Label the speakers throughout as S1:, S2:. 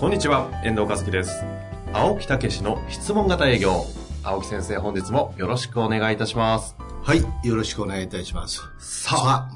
S1: こんにちは、遠藤和樹です。青木武しの質問型営業。青木先生、本日もよろしくお願いいたします。
S2: はい、よろしくお願いいたします。
S1: さあ、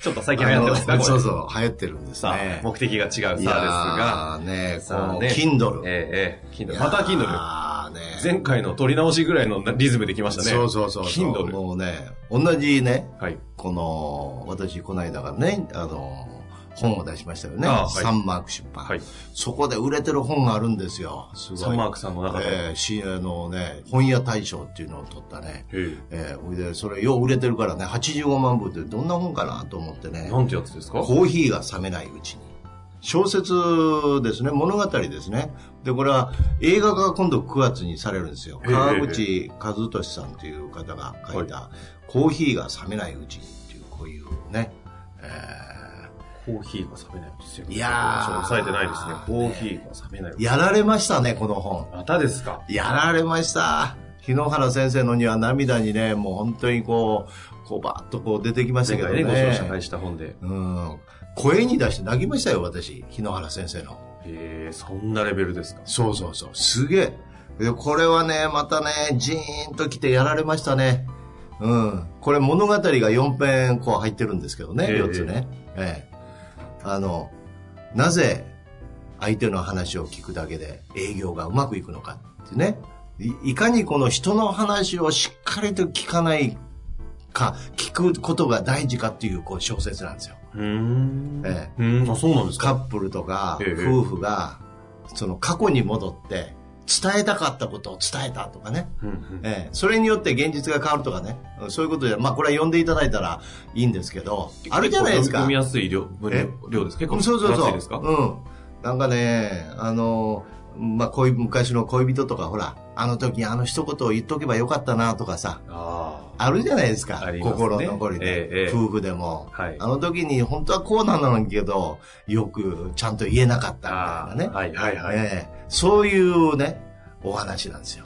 S1: ちょっと最近流行ってます
S2: あ
S1: か
S2: の
S1: こ
S2: そう
S1: れ
S2: そう、流行ってるんです
S1: さあ、
S2: ね。
S1: 目的が違うさあです
S2: い
S1: が、
S2: やーね、こ
S1: さあ
S2: の
S1: ね
S2: Kindle。
S1: ええええ、Kindle。また Kindle。
S2: ああね。
S1: 前回の取り直しぐらいのリズムできましたね。
S2: そうそうそうそう。
S1: Kindle。
S2: もうね、同じね、
S1: はい。
S2: この、私、この間からね、あの、本を出しましたよね。
S1: あはい
S2: サンマーク出版、
S1: はい
S2: そこで売れてる本があるんですよ。すごい。
S1: サンマークさんの中で。
S2: ええし、あのね、本屋大賞っていうのを取ったね。
S1: へ
S2: ええほいで、それよう売れてるからね、85万部ってどんな本かなと思って
S1: え
S2: ね。
S1: なんてやつですか
S2: コーヒーが冷めないうちに。小説ですね、物語ですね。で、これは映画が今度9月にされるんですよ。
S1: へえ
S2: 川口和俊さんという方が書いた、コーヒーが冷めないうちにっていう、こういうね。え
S1: コーヒーが冷めないですよ。
S2: いや
S1: ち
S2: ー
S1: ょっと抑えてないですね。コーヒーが冷めない
S2: ー。やられましたね、この本。
S1: またですか
S2: やられました。日野原先生のには涙にね、もう本当にこう、こうバーッとこう出てきました
S1: 前
S2: けど
S1: 回
S2: ね。
S1: ね、ご紹介した本で。
S2: うん。声に出して泣きましたよ、私。日野原先生の。
S1: へえ、そんなレベルですか
S2: そうそうそう。すげえ。でこれはね、またね、ジーンと来てやられましたね。うん。これ物語が4編こう入ってるんですけどね、
S1: ええ
S2: 4つね。ええ。あの、なぜ相手の話を聞くだけで営業がうまくいくのかってね。いいかにこの人の話をしっかりと聞かないか、聞くことが大事かっていうこう小説なんですよ。
S1: うーん。
S2: え
S1: うーん、あ、そうなんですか
S2: カップルとか
S1: ええ
S2: 夫婦が、その過去に戻って、伝えたかったことを伝えたとかね。
S1: うんうん
S2: ええ、それによって現実が変わるとかね。そういうことで、まあこれは呼んでいただいたらいいんですけど、あるじゃないですか。
S1: 飲みやすい量、分
S2: え
S1: 量量です。結
S2: う
S1: 構、
S2: んそうそう
S1: 分
S2: そ
S1: 厚
S2: う。
S1: いですか
S2: うん。なんかね、あの、まあ恋、昔の恋人とかほら、あの時あの一言を言っとけばよかったなとかさ、
S1: ああ。
S2: あるじゃないですか。
S1: ありますね
S2: 心残りで、
S1: ええええ
S2: 夫婦でも。
S1: はい。
S2: あの時に本当はこうなのにけど、よくちゃんと言えなかったみたいなね。
S1: はいはいはい。
S2: ええそういうね、お話なんですよ。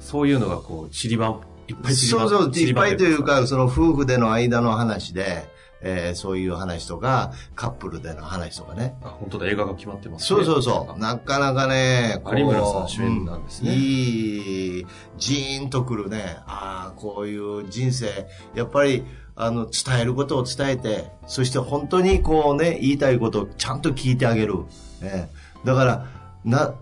S1: そういうのがこう、散りばん、いっぱい散りば
S2: そ
S1: ん。
S2: うそう、
S1: 散
S2: い
S1: り
S2: っ
S1: ばん
S2: ぱ
S1: で
S2: いというか、その夫婦での間の話で、ええそういう話とか、カップルでの話とかね。
S1: あ、本当だ、映画が決まってますね。
S2: そうそうそう。なかなかね、こう
S1: 有村さん主演なんですね
S2: うんいい、ジーンとくるね。ああ、こういう人生、やっぱり、あの、伝えることを伝えて、そして本当にこうね、言いたいことをちゃんと聞いてあげる。ええだから、な、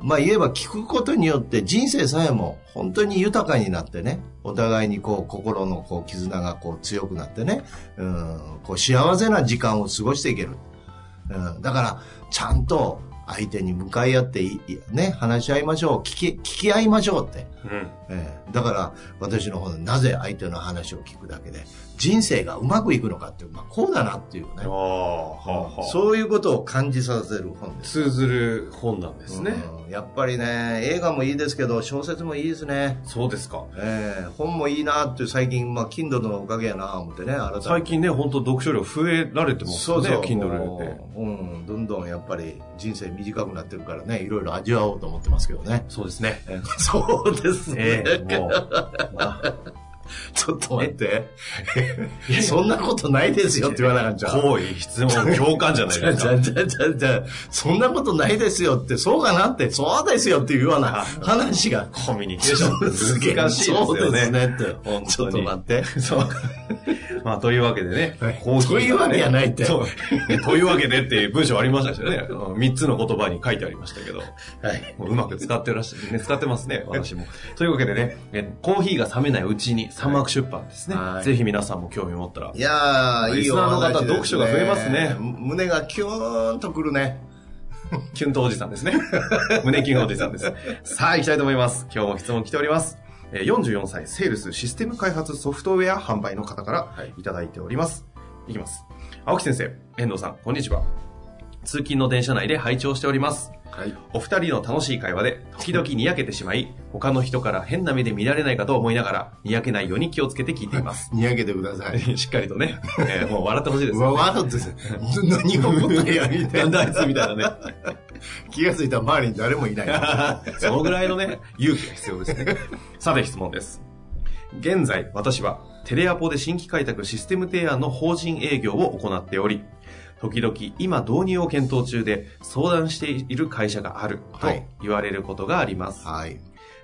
S2: まあ言えば聞くことによって人生さえも本当に豊かになってね、お互いにこう心のこう絆がこう強くなってね、うん、こう幸せな時間を過ごしていける。うん、だから、ちゃんと相手に向かい合ってい、いね、話し合いましょう。聞き、聞き合いましょうって。
S1: うん。
S2: ええだから、私の方でなぜ相手の話を聞くだけで、人生がうまくいくのかっていう、まあ、こうだなっていう
S1: あ
S2: ね
S1: あ、。はあはあ。う。
S2: そういうことを感じさせる本です。
S1: 通ずる本なんですね。
S2: うんやっぱりね、映画もいいですけど、小説もいいですね。
S1: そうですか。
S2: ええ本もいいなって最近、まあ、Kindle のおかげやな、思ってね、改めて。
S1: 最近ね、本当読書量増えられてます
S2: そ
S1: ね、
S2: うそう、
S1: Kindle で。
S2: もううん、どんどんやっぱり人生短くなってるからね、いろいろ味わおうと思ってますけどね。
S1: そうですね。
S2: えそうです
S1: え
S2: ね。
S1: え、も う。まあ
S2: ちょっと待って。
S1: いやいや
S2: そんなことないですよって言わなかった。
S1: 行為、質問、共感じゃない
S2: じゃ
S1: です
S2: あ じ
S1: か
S2: ゃ。あじゃあじゃあじゃあそんなことないですよって、そうかなって、そうですよっていうような話が。
S1: コミュニケーション難しいですよね。
S2: そうですねって。
S1: 本当に
S2: ちょっと待って。
S1: そう。まあ、というわけでね、
S2: はい
S1: コーヒーがね
S2: というわけやないって
S1: そう。というわけでっていう文章ありましたよね。3つの言葉に書いてありましたけど、
S2: はい。
S1: もううまく使ってらっしゃる、ね、使ってますね、私も。というわけでね、えコーヒーが冷めないうちに、三幕出版ですね、
S2: はい
S1: ぜひ皆さんも興味持ったら
S2: い、やー、いい
S1: リス
S2: お話です、ね。
S1: ナーの方読書が増えますね
S2: 胸がキューンとくるね。
S1: キュンとおじさんですね。 胸キュンおじさんです。さあ、行きたいと思います。今日も質問来ております。えー44歳、セールスシステム開発ソフトウェア販売の方からいただいております。いきます。青木先生、遠藤さん、こんにちは。通勤の電車内で拝聴しております。
S2: はい。
S1: お二人の楽しい会話で、時々にやけてしまい、他の人から変な目で見られないかと思いながら、にやけないように気をつけて聞いています。
S2: にやけてください。
S1: しっかりとね、えーもう笑ってほしいです、
S2: う
S1: ね。
S2: わ、わざとです。何が起こったんや、み た
S1: ないんだあい
S2: な。
S1: つみたいなね。
S2: 気がついたら周りに誰もい ない。
S1: そのぐらいのね、勇気が必要ですね。さて質問です。現在、私はテレアポで新規開拓システム提案の法人営業を行っており、時々今導入を検討中で相談している会社があると
S2: はい
S1: 言われることがあります。
S2: はい。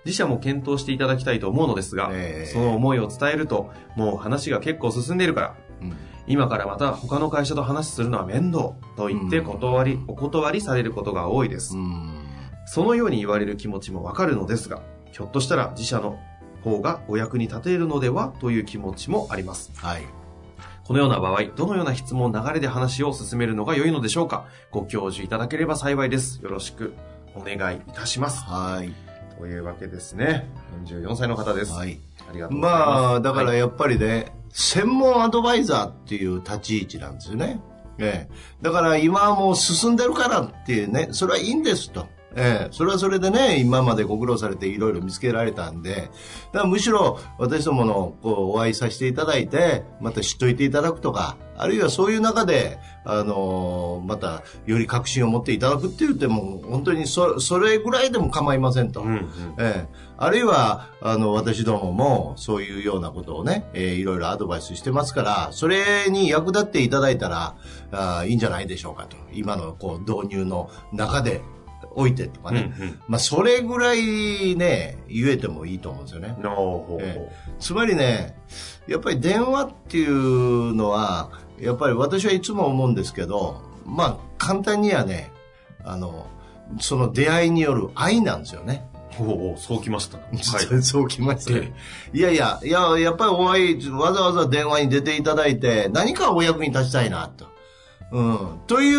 S1: 自社も検討していただきたいと思うのですが、
S2: ええ
S1: その思いを伝えると、もう話が結構進んでいるから、
S2: うん
S1: 今からまた他の会社と話するのは面倒と言って断り、お断りされることが多いです
S2: う。ん。
S1: そのように言われる気持ちもわかるのですが、ひょっとしたら自社の方がお役に立てるのではという気持ちもあります。
S2: はい。
S1: このような場合、どのような質問流れで話を進めるのが良いのでしょうかご教授いただければ幸いです。よろしくお願いいたします。
S2: はい。
S1: というわけですね。44歳の方です。
S2: はい。
S1: ありがとうございます。
S2: まあ、だから
S1: はい
S2: やっぱりね、専門アドバイザーっていう立ち位置なんですよね。ええ。だから今はもう進んでるからっていうね、それはいいんですと。ええ、それはそれでね、今までご苦労されていろいろ見つけられたんで、だからむしろ私どものこうお会いさせていただいて、また知っといていただくとか、あるいはそういう中で、あのーまたより確信を持っていただくって言っても、本当にそそれぐらいでも構いませんと。
S1: うんうん
S2: ええ、あるいはあの私どももそういうようなことをね、えーいろいろアドバイスしてますからそれに役立っていただいたらあーいいんじゃないでしょうかと今のこう導入の中でおいてとかね、
S1: うんうん
S2: まあ、それぐらいね言えてもいいと思うんですよね
S1: なるほど
S2: えつまりねやっぱり電話っていうのはやっぱり私はいつも思うんですけどまあ簡単にはねあのその出会いによる愛なんですよね
S1: おーそうきましたか。
S2: 実はそうきました
S1: で
S2: ね。いやいや、いや、やっぱりお会い、わざわざ電話に出ていただいて、何かお役に立ちたいな、と。うん。とい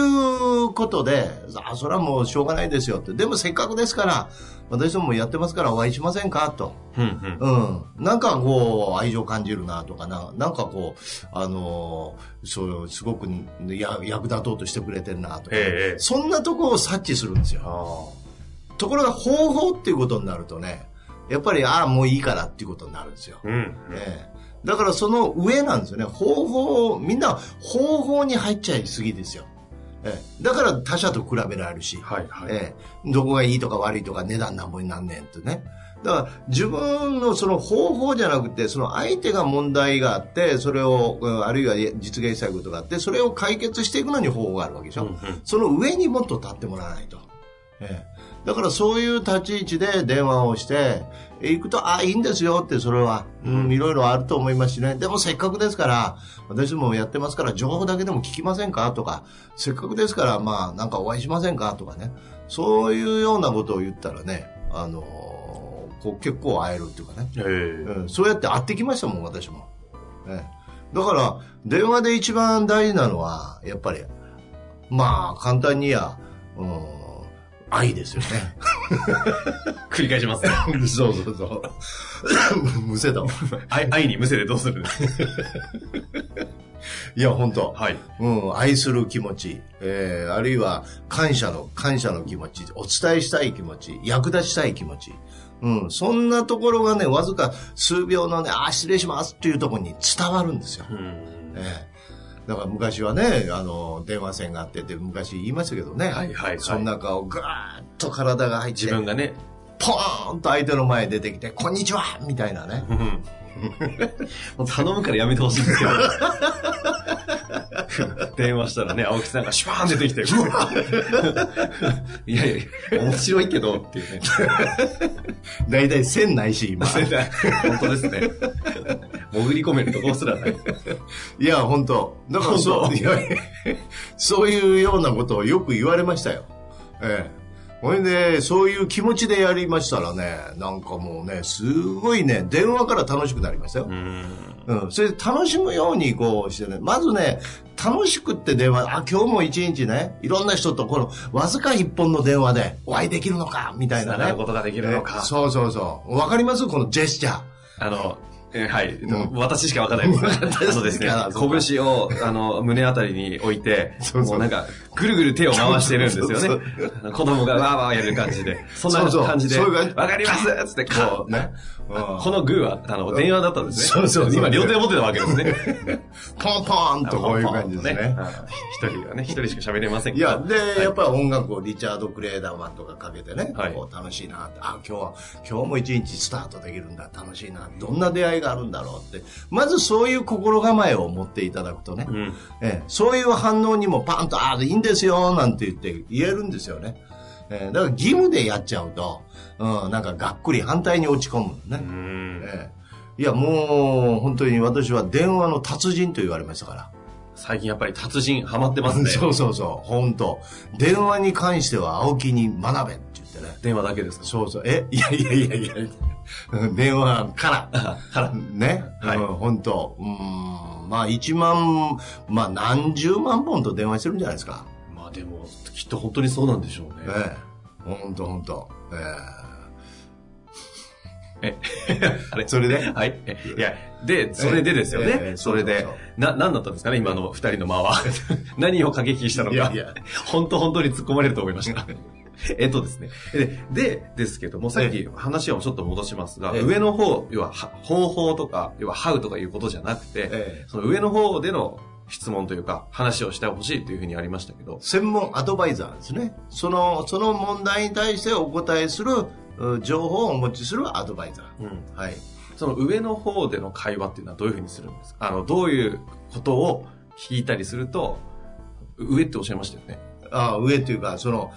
S2: うことで、あ、それはもうしょうがないですよって。でもせっかくですから、私どももやってますからお会いしませんか、と。
S1: うんうん
S2: うん。なんかこう、愛情感じるなとかな、なんかこう、あのーそう、すごくや役立とうとしてくれてるなとか、
S1: ええ
S2: そんなとこを察知するんですよ。
S1: あ
S2: ところが方法っていうことになるとね、やっぱり、ああ、もういいからっていうことになるんですよ。
S1: ーうんうん
S2: ええだからその上なんですよね。方法を、みんな方法に入っちゃいすぎですよ。ええだから他者と比べられるし、
S1: はいはい。
S2: ええどこがいいとか悪いとか値段なんぼになんねんってね。だから自分のその方法じゃなくて、その相手が問題があって、それを、うんあるいは実現したいことがあって、それを解決していくのに方法があるわけでしょ。
S1: うんうん
S2: その上にもっと立ってもらわないと。ええ、だからそういう立ち位置で電話をして、え行くと、あ、いいんですよって、それは、うん、いろいろあると思いますしね。でもせっかくですから、私どもやってますから、情報だけでも聞きませんかとか、せっかくですから、まあ、なんかお会いしませんかとかね。そういうようなことを言ったらね、あのーこう結構会えるっていうかね。
S1: えー
S2: うんそうやって会ってきましたもん、私も。ええだから、電話で一番大事なのは、やっぱり、まあ、簡単にや、うん、愛ですよね。
S1: 繰り返しますね。
S2: そうそうそう。 むせたわ。
S1: 愛愛にむせてどうする
S2: いや、本当
S1: はい。
S2: うん、愛する気持ち、えーあるいは感謝の、感謝の気持ち、お伝えしたい気持ち、役立ちたい気持ち。うん、そんなところがね、わずか数秒のね、あ、失礼しますっていうところに伝わるんですよ。
S1: うん
S2: ええ、だから昔はね、あの、電話線があってって昔言いましたけどね。
S1: はいはいはい
S2: その中をぐーっと体が入って、
S1: 自分がね、
S2: ポーンと相手の前に出てきて、こんにちはみたいな ね。
S1: もう頼むからやめてほしいんですけど。 電話したらね、青木さんがシュパーン出てきて、うわいやいや、面白いけどっていうね。
S2: だいたい線ないし、今。
S1: 本当ですね。潜り込めるところすらない。
S2: いや、本当だから
S1: 本
S2: そ
S1: 当
S2: う、いやい やそういうようなことをよく言われましたよ。ええ。ほいで、そういう気持ちでやりましたらね、なんかもうね、すごいね、電話から楽しくなりましたよ。うん、それで楽しむようにこうしてね、まずね、楽しくって電話、あ、今日も一日ね、いろんな人とこの、わずか一本の電話でお会いできるのか、みたいな
S1: つ
S2: ね。
S1: ながることができるのか
S2: ねそうそうそう。わかりますこのジェスチャー。
S1: あの、えーはい、私しかわからないです。そうですね。拳を、あの、胸あたりに置いて、
S2: そうそ
S1: も
S2: う
S1: うなんか、ぐるぐる手を回してるんですよね。
S2: そう
S1: あの子供がわーわーやる感じで。そんな
S2: そうそう
S1: 感じで、
S2: そ
S1: わ
S2: ういう感じ
S1: かりますっつって、こう、
S2: ね。
S1: あ
S2: こ
S1: こ
S2: の
S1: のグーは、あの、電話だったんですね。
S2: そうそうそう
S1: 今、両手を持ってたわけですね。
S2: ポンポ ンとこういう感じですね。
S1: はい一人がね、一人しか喋れません
S2: い
S1: けど
S2: や、で、やっぱり音楽をリチャード・クレーダーマンとかかけてね、
S1: はい
S2: こう楽しいなって、あ、今日は、今日も一日スタートできるんだ、楽しいな、どんな出会いがあるんだろうって、まずそういう心構えを持っていただくとね、
S1: うん。
S2: ええそういう反応にもパンと、あ、いいんですよ、なんて言って言えるんですよね。ええだから義務でやっちゃうと、うん、なんかがっくり反対に落ち込むのね。
S1: うん
S2: ええいや、もう、本当に私は電話の達人と言われましたから。
S1: 最近やっぱり達人ハマってますね。
S2: そうそうそう、本当電話に関しては青木に学べって言ってね。
S1: 電話だけですか
S2: そうそう、え、いやいやいやいや、うん電話から。
S1: から。
S2: ね、
S1: はい
S2: うん、本当うーん、まあ1万、まあ何十万本と電話してるんじゃないですか。
S1: まあでも、きっと本当にそうなんでしょうね。
S2: ええ、本当本当え
S1: あれ
S2: それで
S1: はい。えいや、で、それでですよね。
S2: ええ
S1: それ
S2: そう
S1: で
S2: そう。
S1: な、何だったんですかね今の二人の間は。 何を過激したの
S2: い
S1: か。
S2: やいや
S1: 本当本当に突っ込まれると思いました。 えっとですね。で、でですけども、さっき話をちょっと戻しますが、
S2: ええ
S1: 上の方、要は、は方法とか、要は、ハウとかいうことじゃなく
S2: え
S1: て、
S2: ええ
S1: その上の方での質問というか、話をしてほしいというふうにありましたけど、
S2: 専門アドバイザーですね。その、その問題に対してお答えする、うん情報をお持ちするアドバイザ
S1: うん
S2: ー。はい。
S1: その上の方での会話っていうのはどういうふうにするんですかあの、どういうことを聞いたりすると、上っておっしゃいましたよね。
S2: ああ、上というか、その、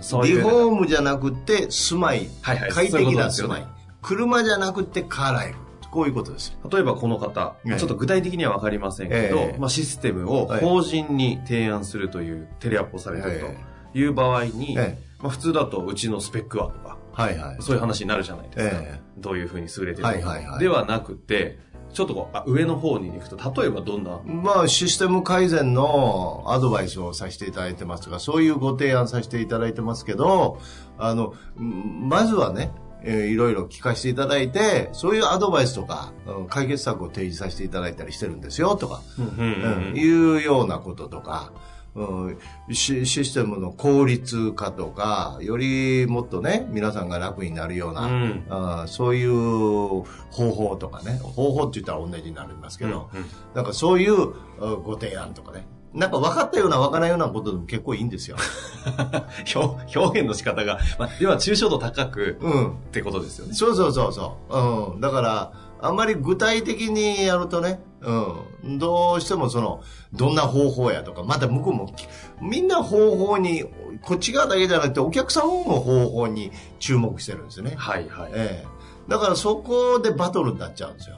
S1: そうい
S2: リ
S1: う
S2: フ
S1: ね。
S2: ォームじゃなくて住まい、
S1: はいはい
S2: 快
S1: そういうこ
S2: 適
S1: と
S2: な
S1: です
S2: 住
S1: よ
S2: まい、
S1: ね
S2: 車じゃなくてカーライフこういうことです
S1: 例えばこの方、
S2: ええ
S1: ちょっと具体的にはわかりませんけど、
S2: ええ
S1: まあ、システムを法人に提案するという、テレアポをされてる
S2: え
S1: という場合に、
S2: ええ
S1: まあ、普通だとうちのスペックはとか、
S2: はいはい
S1: そういう話になるじゃないですか。
S2: ええ
S1: どういうふうに優れてるのか、
S2: はいはいはい
S1: ではなくて、ちょっとこうあ上の方に行くと、例えばどんな、
S2: まあシステム改善のアドバイスをさせていただいてますがそういうご提案させていただいてますけどあのうんまずはねえーいろいろ聞かせていただいてそういうアドバイスとかうん解決策を提示させていただいたりしてるんですよとかうんいうようなこととか、うん、シシステムの効率化とか、よりもっとね、皆さんが楽になるような、
S1: うん
S2: あーそういう方法とかね、方法って言ったら同じになりますけど、
S1: うんうん
S2: なんかそういううんご提案とかね、なんか分かったような分からないようなことでも結構いいんで すよ。
S1: 表表現の仕方が、まあ、要は抽象度高く
S2: うん。
S1: ってことですよね。
S2: そうそうそうそう。うん。だから、あんまり具体的にやるとね、うん。どうしてもその、どんな方法やとか、また向こうもき、みんな方法に、こっち側だけじゃなくて、お客さんも方法に注目してるんですよね。
S1: はいはい。
S2: ええだからそこでバトルになっちゃうんですよ。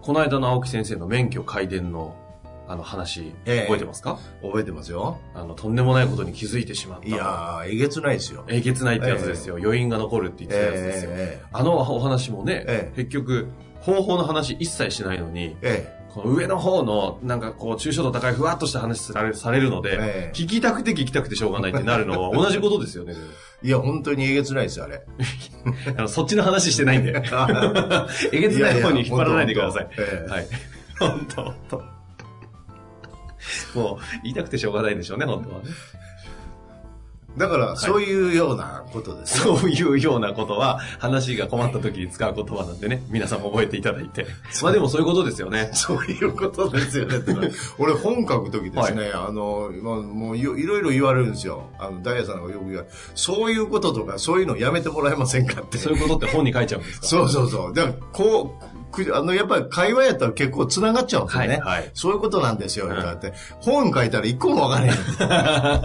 S1: この間の青木先生の免許改伝のあの話、
S2: ええ
S1: 覚えてますか
S2: 覚えてますよ。
S1: あの、とんでもないことに気づいてしまった。
S2: いやー、えげつないですよ。
S1: えげつないってやつですよ。余韻が残るって言ってたやつですよ。
S2: え
S1: あのお話もね、
S2: ええ
S1: 結局、方法の話一切しないのに、
S2: ええ
S1: この上の方の、なんかこう、抽象度高いふわっとした話されされるので、
S2: ええ
S1: 聞きたくて聞きたくてしょうがないってなるのは同じこと ですよね。
S2: えいや、本当にえげつないですよ、あれ。
S1: あのそっちの話してないんで。 えげつない方に引っ張らないでください。
S2: やや本当本当ええ
S1: はい。本当本当もう、言いたくてしょうがないんでしょうね、本当はね。
S2: だから、そういうようなことですね。
S1: そういうようなことは、話が困った時に使う言葉なんでね、皆さんも覚えていただいて。まあでもそういうことですよね。
S2: そういうことですよね。だから俺本書くときですね、あの、まあもういろいろ言われるんですよ。あの、ダイヤさんがよく言われる。そういうこととか、そういうのやめてもらえませんかって。
S1: そういうことって本に書いちゃうんですか
S2: そうそうそう。だから、こう、くあの、やっぱり会話やったら結構繋がっちゃうんですよね。
S1: はいはい
S2: そういうことなんですよ。だって、本書いたら一個もわからへん。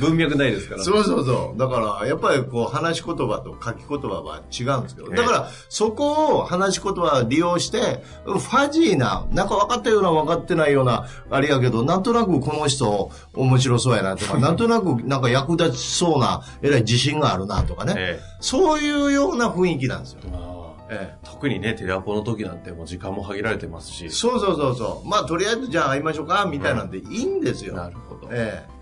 S1: 文脈ないですから。
S2: そうそうそう。だから、やっぱりこう、話し言葉と書き言葉は違うんですけど、
S1: ええ
S2: だから、そこを話し言葉を利用して、ファジーな、なんか分かったような分かってないような、あれやけど、なんとなくこの人面白そうやなとか、なんとなくなんか役立ちそうな、えらい自信があるなとかね、
S1: え
S2: そういうような雰囲気なんですよ。
S1: えまあ
S2: ええ
S1: 特にね、テレアポの時なんてもう時間も限られてますし。
S2: そうそうそうそう。まあ、とりあえずじゃあ会いましょうか、みたいなんでいいんですよ。
S1: なるほど。
S2: ええ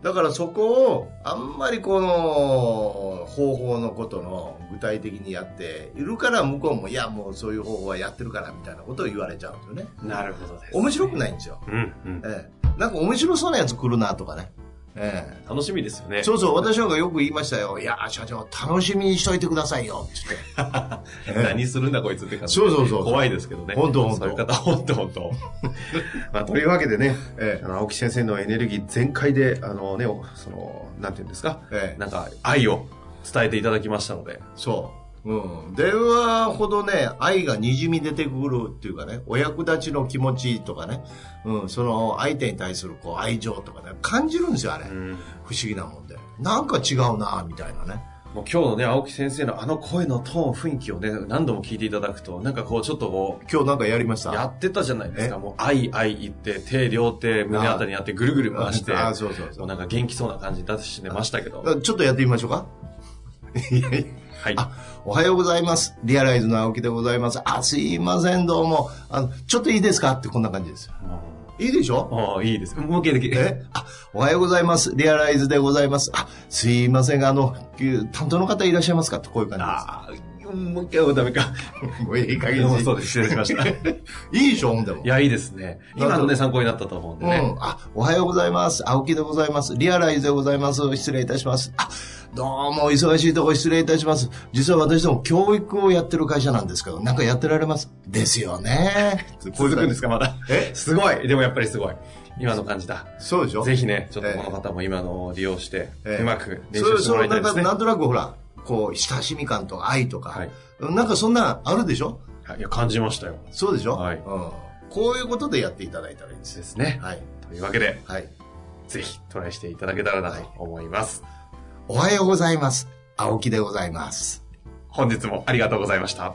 S2: だからそこをあんまりこの方法のことの具体的にやっているから向こうもいやもうそういう方法はやってるからみたいなことを言われちゃうんですよね
S1: なるほどです。
S2: 面白くないんですよ、
S1: うん、うん。
S2: ええ、なんか面白そうなやつ来るなとかね、え
S1: 楽しみですよね
S2: え、。そうそう私なんかよく言いましたよいや社長楽しみにしといてくださいよって言って
S1: 何するんだこいつって感じ。
S2: そうそうそう
S1: 怖いですけどね。
S2: ほんとほんと
S1: そういう方、ほんとほんと。 まあ、というわけでね、
S2: え
S1: あの、青木先生のエネルギー全開で、あのね、おその、なんていうんですか、
S2: えええ
S1: なんか愛を伝えていただきましたので、
S2: そう、うん、電話ほどね愛がにじみ出てくるっていうかねお役立ちの気持ちとかね、うん、その相手に対するこう愛情とかね感じるんですよあれ、不思議なもんでなんか違うなみたいなね
S1: もう今日のね、青木先生のあの声のトーン、雰囲気をね、何度も聞いていただくと、なんかこう、ちょっとこう、
S2: 今日なんかやりました
S1: やってたじゃないですか。もう、愛、愛言って、手、両手、胸あたりにあって、ぐるぐる回して、
S2: あそうそうそ
S1: も
S2: う
S1: うな
S2: だ
S1: んか元気そうな感じ出してましたけど。
S2: からちょっとやってみましょうか いやいや
S1: はい。
S2: おはようございます。リアライズの青木でございます。あ、すいません、どうも。あの、ちょっといいですかってこんな感じですよ。いいでしょ
S1: ああ、いいです。もう OK でき
S2: えあ、おはようございます。リアライズでございます。あ、すいませんが、あの、担当の方いらっしゃいますかってこういう感
S1: ああ、もう一回はダメか。
S2: じです。もうい い加減
S1: も
S2: に
S1: うそうです。失礼しま した。い
S2: いいでしょ、ほんでも。
S1: や、いいですね。今の
S2: なん
S1: ね、参考になったと思うん
S2: う
S1: で
S2: ん
S1: ね。。
S2: あ、おはようございます。青木でございます。リアライズでございます。失礼いたします。あ、どうもお忙しいとこ失礼いたします。実は私ども教育をやってる会社なんですけど、なんかやってられますですよ ね。
S1: 続くんですか、まだ。
S2: え
S1: すごいでもやっぱりすごい。今の感じだ。
S2: そうでしょ
S1: ぜひね、ちょっとこの方も今のを利用して、
S2: ええ
S1: うまく練
S2: そ
S1: 習
S2: れ
S1: しても
S2: そ
S1: ら
S2: れ
S1: いた
S2: ないん
S1: です
S2: か
S1: ね。
S2: なんとなくほら、こう、親しみ感とか愛とか、
S1: はい
S2: なんかそんなんあるでしょ
S1: はいいや、感じましたよ。
S2: そうでしょ、
S1: はい
S2: うん、こういうことでやっていただいたらいいんです
S1: で
S2: よ。
S1: すね。
S2: はい。
S1: というわけで、
S2: はい。
S1: ぜひトライしていただけたらなと思います。
S2: おはようございます。青木でございます。
S1: 本日もありがとうございました。